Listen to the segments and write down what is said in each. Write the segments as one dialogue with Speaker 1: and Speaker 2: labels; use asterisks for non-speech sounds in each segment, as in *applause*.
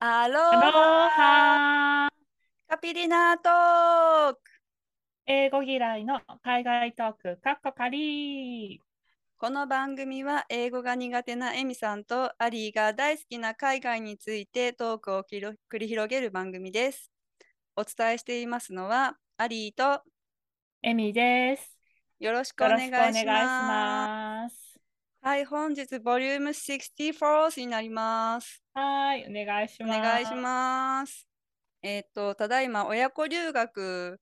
Speaker 1: アロ
Speaker 2: アロ
Speaker 1: ハ
Speaker 2: ハ
Speaker 1: カピリナトーク
Speaker 2: 英語嫌いの海外トーク、カッコカリー。
Speaker 1: この番組は英語が苦手なエミさんとアリーが大好きな海外についてトークをきろ繰り広げる番組です。お伝えしていますのはアリーと
Speaker 2: エミです。
Speaker 1: よろしくお
Speaker 2: よろ
Speaker 1: 願い
Speaker 2: し
Speaker 1: し
Speaker 2: くお願いし
Speaker 1: ます。
Speaker 2: ます。
Speaker 1: はい、本日ボリューム64になります。
Speaker 2: はい、お願いし
Speaker 1: お
Speaker 2: ます。
Speaker 1: 願いします。えーっと、ただいま親子留学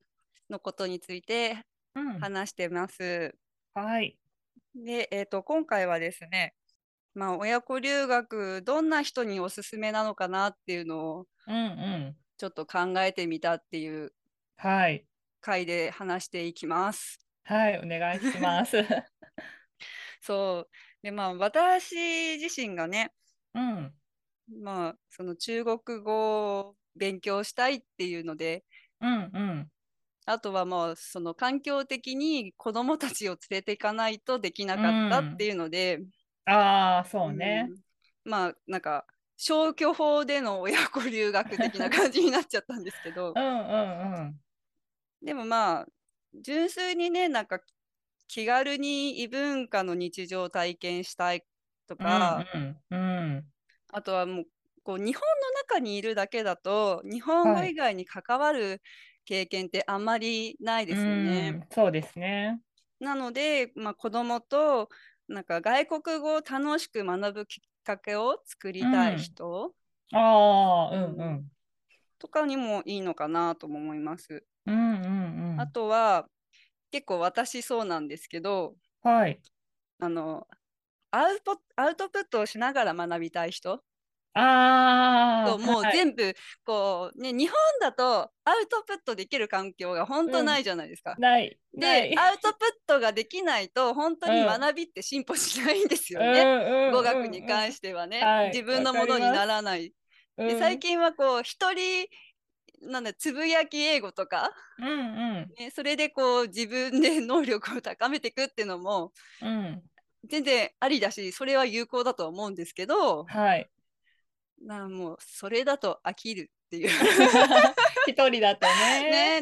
Speaker 1: のことについて
Speaker 2: うん
Speaker 1: 話してます。
Speaker 2: はい。
Speaker 1: で、えー、と今回はですね、まあ、親子留学どんな人におすすめなのかなっていうのを
Speaker 2: うんうん。
Speaker 1: ちょっと考えてみたっていう
Speaker 2: はい。
Speaker 1: 回で話していきます。
Speaker 2: はい、お願いします。
Speaker 1: そうでまあ私自身がね、
Speaker 2: うん。
Speaker 1: まあ、その中国語を勉強したいっていうので
Speaker 2: うんうん。
Speaker 1: あとはもうその環境的に子どもたちを連れていかないとできなかったっていうので、
Speaker 2: ああ、そうね。
Speaker 1: うんまあなんか消去法での親子留学的な感じになっちゃったんですけど
Speaker 2: *laughs* うんうんうん。
Speaker 1: でもまあ純粋にねなんか気軽に異文化の日常を体験したいと
Speaker 2: う
Speaker 1: か、
Speaker 2: んうんうん。
Speaker 1: あとはもうこう日本の中にいるだけだと日本語
Speaker 2: はい
Speaker 1: 以外に関わる経験ってあんまりないですよね。
Speaker 2: うんそうですね。
Speaker 1: なので、まあ、子どもとなんか外国語を楽しく学ぶきっかけを作りた
Speaker 2: う
Speaker 1: い
Speaker 2: ん
Speaker 1: 人。
Speaker 2: ああ、うんうん。
Speaker 1: とかにもいいのかなとも思います。
Speaker 2: うんうんうん
Speaker 1: あ。とは結構私そうなんですけど
Speaker 2: はい。
Speaker 1: あのアウポアウトプットをしながら学びたい人
Speaker 2: ああ、
Speaker 1: ともう
Speaker 2: はい
Speaker 1: 全部こう、ね、日本だとアウトプットできる環境が本当ないじゃないですか。
Speaker 2: ない。ない
Speaker 1: でアウトプットができないと本当に
Speaker 2: うん
Speaker 1: 学びって進歩しないんですよね、
Speaker 2: ね
Speaker 1: 語学に関
Speaker 2: し
Speaker 1: してはね、
Speaker 2: はい
Speaker 1: 自分のものにならない。
Speaker 2: て
Speaker 1: で最、近はこう一人なんだつぶやき英語とか
Speaker 2: うんうん
Speaker 1: ね、それでこう自分で *laughs* 能力を高めていくっていうのも
Speaker 2: うん、
Speaker 1: 全然ありだしそれは有効だと思うんですけど *laughs*
Speaker 2: はい。
Speaker 1: なあもうそれだと飽きるっていう
Speaker 2: 一人だと ね。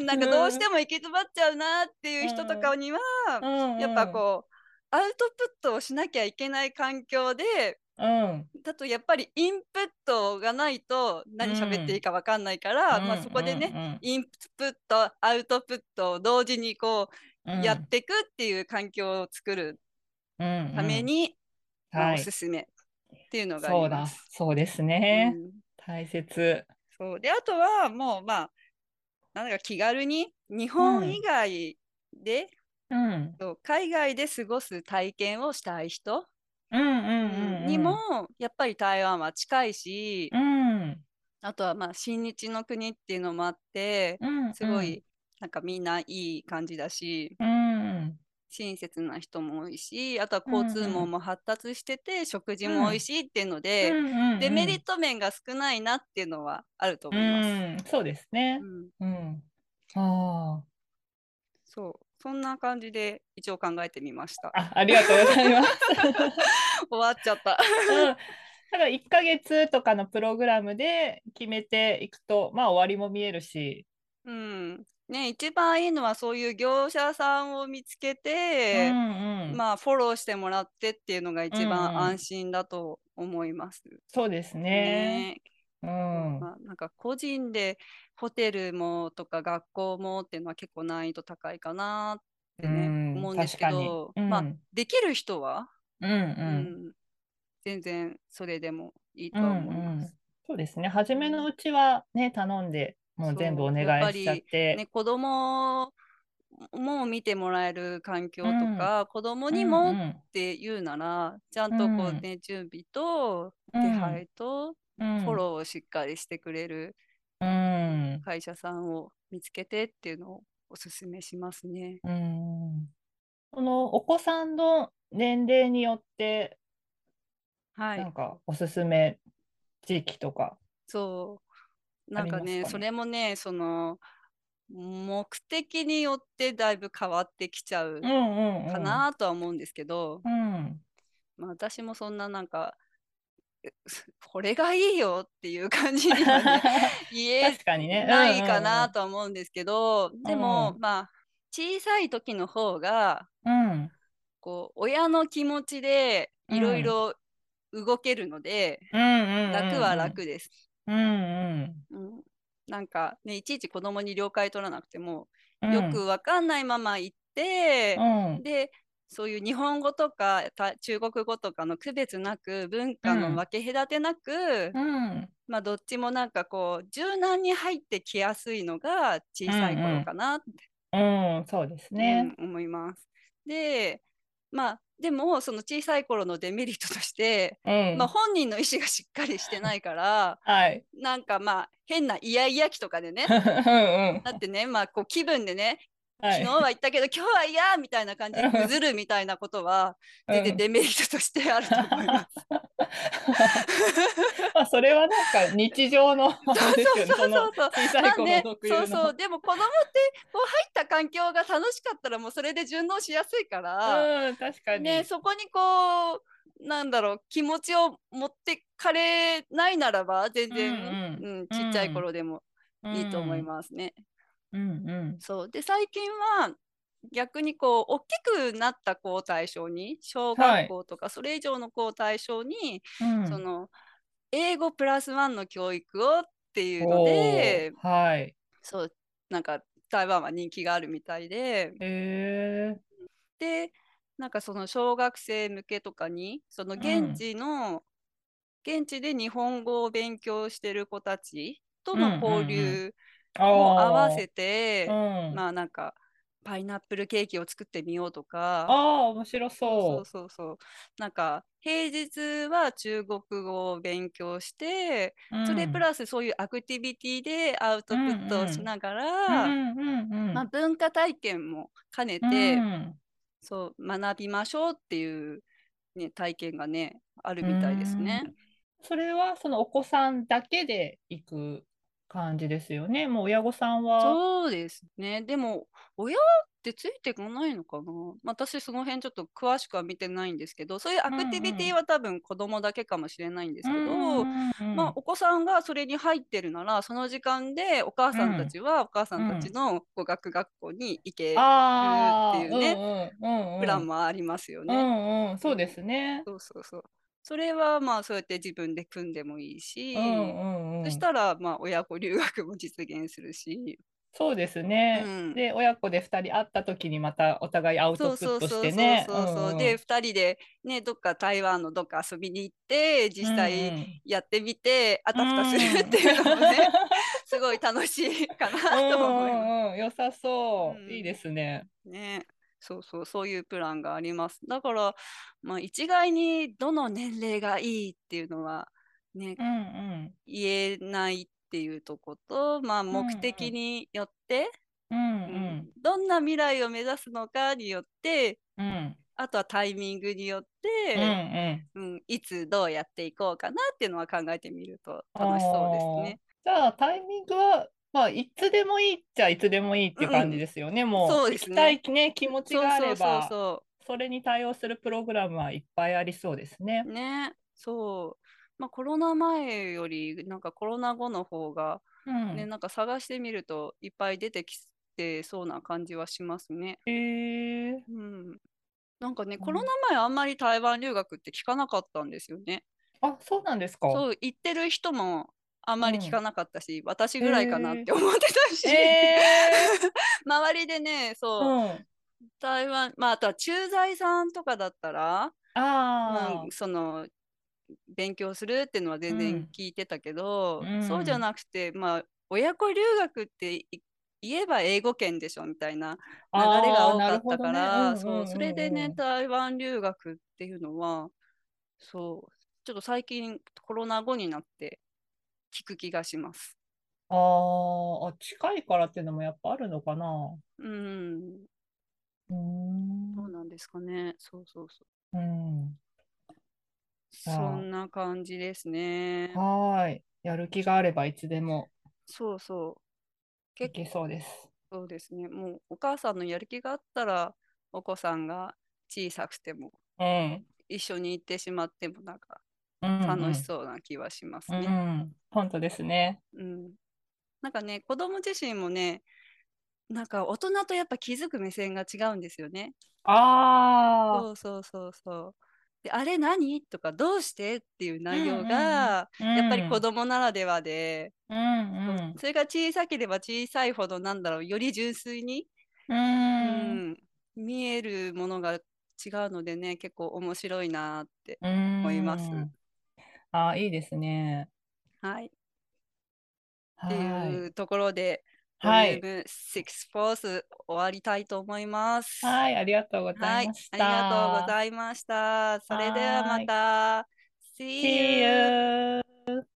Speaker 1: *laughs* ねなんかどうしても行き詰まっちゃうなっていう人とかには、
Speaker 2: も
Speaker 1: やっぱこうアウトプットをしなきゃいけない環境で
Speaker 2: うん、うん、
Speaker 1: だとやっぱりインプットがないと何喋っていいか分かんないから、まあ、そこでね、
Speaker 2: ね、
Speaker 1: インプットアウトプットを同時にこうやっていくっていう環境を作る
Speaker 2: た
Speaker 1: ため、に、
Speaker 2: うん
Speaker 1: まあ
Speaker 2: は
Speaker 1: お
Speaker 2: い
Speaker 1: す、すめっていうのがあ
Speaker 2: そう
Speaker 1: り
Speaker 2: だ
Speaker 1: ます。、
Speaker 2: そうです
Speaker 1: う
Speaker 2: ね。
Speaker 1: ん
Speaker 2: 大切。
Speaker 1: そうであとはもうまあなんだか気軽に日本以外で、
Speaker 2: うん、
Speaker 1: そう海外で過ごす体験をしたい人、
Speaker 2: うん、うん、うん、
Speaker 1: にも、やっぱり台湾は近いし、
Speaker 2: うん、
Speaker 1: あとはまあ親日の国っていうのもあって
Speaker 2: うん、
Speaker 1: すごい、なんかみんないい感じだし
Speaker 2: うん、
Speaker 1: 親切な人も多いしあとは交通網も発達してて、食事も美味しいっていうので。
Speaker 2: うん、
Speaker 1: デメリッ
Speaker 2: ト
Speaker 1: ト面が少ないなっていうのはあると思
Speaker 2: う
Speaker 1: います。
Speaker 2: ん、そうですね
Speaker 1: う。ん、
Speaker 2: うん。あ
Speaker 1: そう、そんな感じで一応考えてみました
Speaker 2: あ。。あ、ありがとうございます。
Speaker 1: 終わっちゃった。
Speaker 2: うんだから1ヶ月とかのプログラムで決めていくと、まあ終わりも見えるし、
Speaker 1: うん。ね、一番いいのはそういう業者さんを見つけ
Speaker 2: う
Speaker 1: て、
Speaker 2: んうん、
Speaker 1: まあフォローしてもらってっていうのが一
Speaker 2: うん
Speaker 1: 番
Speaker 2: うん
Speaker 1: 安心だと思います。
Speaker 2: そうですね。
Speaker 1: ね
Speaker 2: うん、
Speaker 1: まあ、なんか個人でホテルもとか学校もっていうのは結構難易度高いかなってね、
Speaker 2: うん
Speaker 1: 思うんですけど、
Speaker 2: 確かに
Speaker 1: ま
Speaker 2: う
Speaker 1: あ
Speaker 2: ん
Speaker 1: できる人は
Speaker 2: うんう
Speaker 1: うんん、全然それでもいいと
Speaker 2: うん
Speaker 1: は
Speaker 2: う
Speaker 1: 思います。
Speaker 2: ん、そうですね。初めのうちはね、頼んで、もう全部お願いしちゃって、
Speaker 1: ね、子供も見てもらえる環境とか、子供に
Speaker 2: う
Speaker 1: も
Speaker 2: んう
Speaker 1: っ
Speaker 2: ん
Speaker 1: ていうなら、ちゃんとこうね、準備と手配と
Speaker 2: うん
Speaker 1: フォローをしっかりしてくれる
Speaker 2: うん
Speaker 1: 会社さんを見つけてっていうのをおすすめしますね。
Speaker 2: うん、そのお子さんの年齢によって、
Speaker 1: は
Speaker 2: なん
Speaker 1: い、
Speaker 2: かおすすめ地域とか、
Speaker 1: そうなんか
Speaker 2: あります
Speaker 1: ね
Speaker 2: かね
Speaker 1: それもねその目的によってだいぶ変わってきちゃう
Speaker 2: うんうんうん、
Speaker 1: かなとは思うんですけど、
Speaker 2: うん
Speaker 1: まあ、私もそんななんか *laughs* これがいいよっていう感じには
Speaker 2: *laughs*
Speaker 1: ね言え
Speaker 2: 確かにね。
Speaker 1: *laughs* ないかなとは思うんですけど、でも、まあ小さい時の方が
Speaker 2: うん。うん
Speaker 1: こう親の気持ちでいろいろ動けるので、
Speaker 2: うんうん。
Speaker 1: 楽は。楽です。
Speaker 2: うんうん。
Speaker 1: うんなんかねいちいち子供に了解取らなくても、
Speaker 2: うん
Speaker 1: よくわかんないまま行って
Speaker 2: う、ん。
Speaker 1: でそういう日本語とかた中国語とかの区別なく文化
Speaker 2: う
Speaker 1: の
Speaker 2: ん
Speaker 1: 分け隔てなく、
Speaker 2: うん。
Speaker 1: まあどっちもなんかこう柔軟に入ってきやすいのが小さい頃かなって
Speaker 2: うん、そうですね。
Speaker 1: うん思います。でまあでもその小さい頃のデメリットとして、
Speaker 2: うん
Speaker 1: まあ、。本人の意思がしっかりしてないから
Speaker 2: *laughs* はい。
Speaker 1: なんかまあ変なイヤイヤ期とかでね
Speaker 2: うんうん。
Speaker 1: だってねまあこう気分でね
Speaker 2: は
Speaker 1: 昨
Speaker 2: い
Speaker 1: 日は言ったけど今日は嫌みたいな感じでぐずるみたいなことは全然デメリットとしてあると思い
Speaker 2: *laughs*
Speaker 1: ます。
Speaker 2: まあそれはなんか日
Speaker 1: *laughs*
Speaker 2: 常のあれです
Speaker 1: そうそ
Speaker 2: よね
Speaker 1: うそう
Speaker 2: その小さい
Speaker 1: まあ
Speaker 2: 子の
Speaker 1: ね
Speaker 2: 特有
Speaker 1: そう
Speaker 2: の。
Speaker 1: そうでも子供ってこう入った環境が楽しかったらもうそれで順応しやすいから、
Speaker 2: うん、確かに。
Speaker 1: ね、そこにこうなんだろう気持ちを持ってかれないならば全然、
Speaker 2: うん
Speaker 1: うんちっちゃい頃でも
Speaker 2: うん
Speaker 1: いいと思いますね。
Speaker 2: うんうん。
Speaker 1: そうで最近は逆にこう大きくなった子を対象に小学校とかそれ以上の子を対象に、
Speaker 2: うん
Speaker 1: その英語プラスワンの教育をっていうので
Speaker 2: おーはい。
Speaker 1: そうなんか台湾は人気があるみたいで
Speaker 2: え
Speaker 1: でなんかその小学生向けとかにその現地の、現地で日本語を勉強してる子たちとの交流
Speaker 2: ー、
Speaker 1: を
Speaker 2: あー
Speaker 1: 合わせて、
Speaker 2: うん、あ
Speaker 1: まあなんかパイナップルケーキを作ってみようとか。
Speaker 2: あー面白
Speaker 1: そ
Speaker 2: そう
Speaker 1: そうそうなんか平日は中国語を勉強して、
Speaker 2: う。うん
Speaker 1: それプラスそういうアクティビティでアウトプットをしながら、
Speaker 2: うんうんうん
Speaker 1: まあ、文化体験も兼ねて、
Speaker 2: うん
Speaker 1: そう学びましょうっていう、ね、体験がねあるみたいですね。
Speaker 2: それはそのお子さんだけで行く感じですよね。もう親御さんは。
Speaker 1: そうですねでも親ってついてこないのかなまあ私その辺ちょっと詳しくは見てないんですけどそういうアクティビティは多分子供だけかもしれないんですけど、まあ、お子さんがそれに入ってるならその時間でお母さんたちはお母さんたちの語学学校に行ける
Speaker 2: ああ
Speaker 1: っていうね
Speaker 2: うんうん、
Speaker 1: プランもありますよ
Speaker 2: う
Speaker 1: ね。
Speaker 2: んうん、そうですね。
Speaker 1: そうそうそう。それはまあそうやって自分で組んでもいいし、
Speaker 2: うんうんうん
Speaker 1: そしたらまあ親子留学も実現するし、
Speaker 2: そうですね。
Speaker 1: うん
Speaker 2: で親子で2人会った時にまたお互いアウ
Speaker 1: そ
Speaker 2: ト
Speaker 1: う
Speaker 2: プ
Speaker 1: そ
Speaker 2: ッ
Speaker 1: う
Speaker 2: ト
Speaker 1: そうそ
Speaker 2: し
Speaker 1: う
Speaker 2: てね。
Speaker 1: そうそう、
Speaker 2: んん
Speaker 1: で2人でねどっか台湾のどっか遊びに行って実際やってみて、あたふたするっていうのもね、 *laughs* すごい楽しいか
Speaker 2: う
Speaker 1: なん *laughs*
Speaker 2: う
Speaker 1: と思います
Speaker 2: んうん、良さそう、
Speaker 1: うん
Speaker 2: いいですね。
Speaker 1: ね。そうそうそういうプランがあります。だから、まあ、一概にどの年齢がいいっていうのはね、
Speaker 2: うんうん
Speaker 1: 言えないっていうとこと、まあ、
Speaker 2: んうん
Speaker 1: 目的によって、
Speaker 2: うん
Speaker 1: うんどんな未来を目指すのかによって
Speaker 2: うんうん
Speaker 1: あとはタイミングによっ
Speaker 2: うんう
Speaker 1: て、
Speaker 2: ん。
Speaker 1: うんいつどうやっていこうかなっていうのは考えてみると楽しそうですね。
Speaker 2: じゃあタイミングはまあいつでもいいっちゃいつでもいいっていう感じですよね。もう
Speaker 1: そうですね
Speaker 2: 行きたいね気持ちがあれ
Speaker 1: そう
Speaker 2: ば
Speaker 1: そう
Speaker 2: それに対応するプログラムはいっぱいありそうです
Speaker 1: そ
Speaker 2: ね
Speaker 1: うそ。うねそう、まあ、コロナ前よりなんかコロナ後の方が、
Speaker 2: うん
Speaker 1: ねなんか探してみるといっぱい出てきてそうな感じはしますね。
Speaker 2: へえ
Speaker 1: うん、なんかね、
Speaker 2: うん
Speaker 1: コロナ前あんまり台湾留学って聞かなかったんですよね。
Speaker 2: あそうなんですか。
Speaker 1: そう言ってる人もあんまり聞かなかったし、私ぐらいかな
Speaker 2: へー
Speaker 1: って思ってたし、
Speaker 2: え
Speaker 1: *laughs* 周りでねそう、
Speaker 2: うん、
Speaker 1: 台湾まああとは駐在さんとかだったら、
Speaker 2: あ
Speaker 1: うんその勉強するっていうのは全然聞いてたけど、
Speaker 2: うん
Speaker 1: そうじゃなくてまあ親子留学ってい言えば英語圏でしょみたいな流
Speaker 2: あ
Speaker 1: れが多
Speaker 2: な
Speaker 1: か
Speaker 2: る
Speaker 1: った
Speaker 2: ほど
Speaker 1: か
Speaker 2: ね
Speaker 1: ら、
Speaker 2: うんうんうん
Speaker 1: そううんそれでね台湾留学っていうのはそうちょっと最近コロナ後になって聞く気がします。
Speaker 2: あーあ近いからっていうのもやっぱあるのかな。
Speaker 1: うん、
Speaker 2: うーん
Speaker 1: どうなんですかね。そうそうそう。
Speaker 2: うん、あ
Speaker 1: そんな感じですね。
Speaker 2: はーいやる気があればいつでも
Speaker 1: そうそう。
Speaker 2: い
Speaker 1: 結
Speaker 2: けそうです。
Speaker 1: そうですね。もうお母さんのやる気があったら、お子さんが小さくても、
Speaker 2: うん、
Speaker 1: 一緒に行ってしまっても、なんか楽しそうな気はします
Speaker 2: うんうん、
Speaker 1: ね。
Speaker 2: うん本当ですね。
Speaker 1: うんなんかね子供自身もねなんか大人とやっぱ気づく目線が違うんですよね。
Speaker 2: ああ、
Speaker 1: そうそうそうそう。であれ何とかどうしてっていう内容が、やっぱり子供ならではで、
Speaker 2: うんうん
Speaker 1: それが小さければ小さいほどなんだろうより純粋に、
Speaker 2: う
Speaker 1: うん見えるものが違うのでね結構面白いなーって。
Speaker 2: うん
Speaker 1: 思います
Speaker 2: ああ、いいですね。
Speaker 1: はい、っ
Speaker 2: は
Speaker 1: て
Speaker 2: ー
Speaker 1: い
Speaker 2: い。
Speaker 1: うところで、
Speaker 2: は
Speaker 1: ボ
Speaker 2: い。
Speaker 1: リューム6フォース終わりたいと思います。
Speaker 2: はい、ありがとうござ
Speaker 1: はいい
Speaker 2: まし
Speaker 1: ありがとうご
Speaker 2: た。
Speaker 1: ざいました。それでは
Speaker 2: は
Speaker 1: ま
Speaker 2: ーい
Speaker 1: た。See you!
Speaker 2: See you!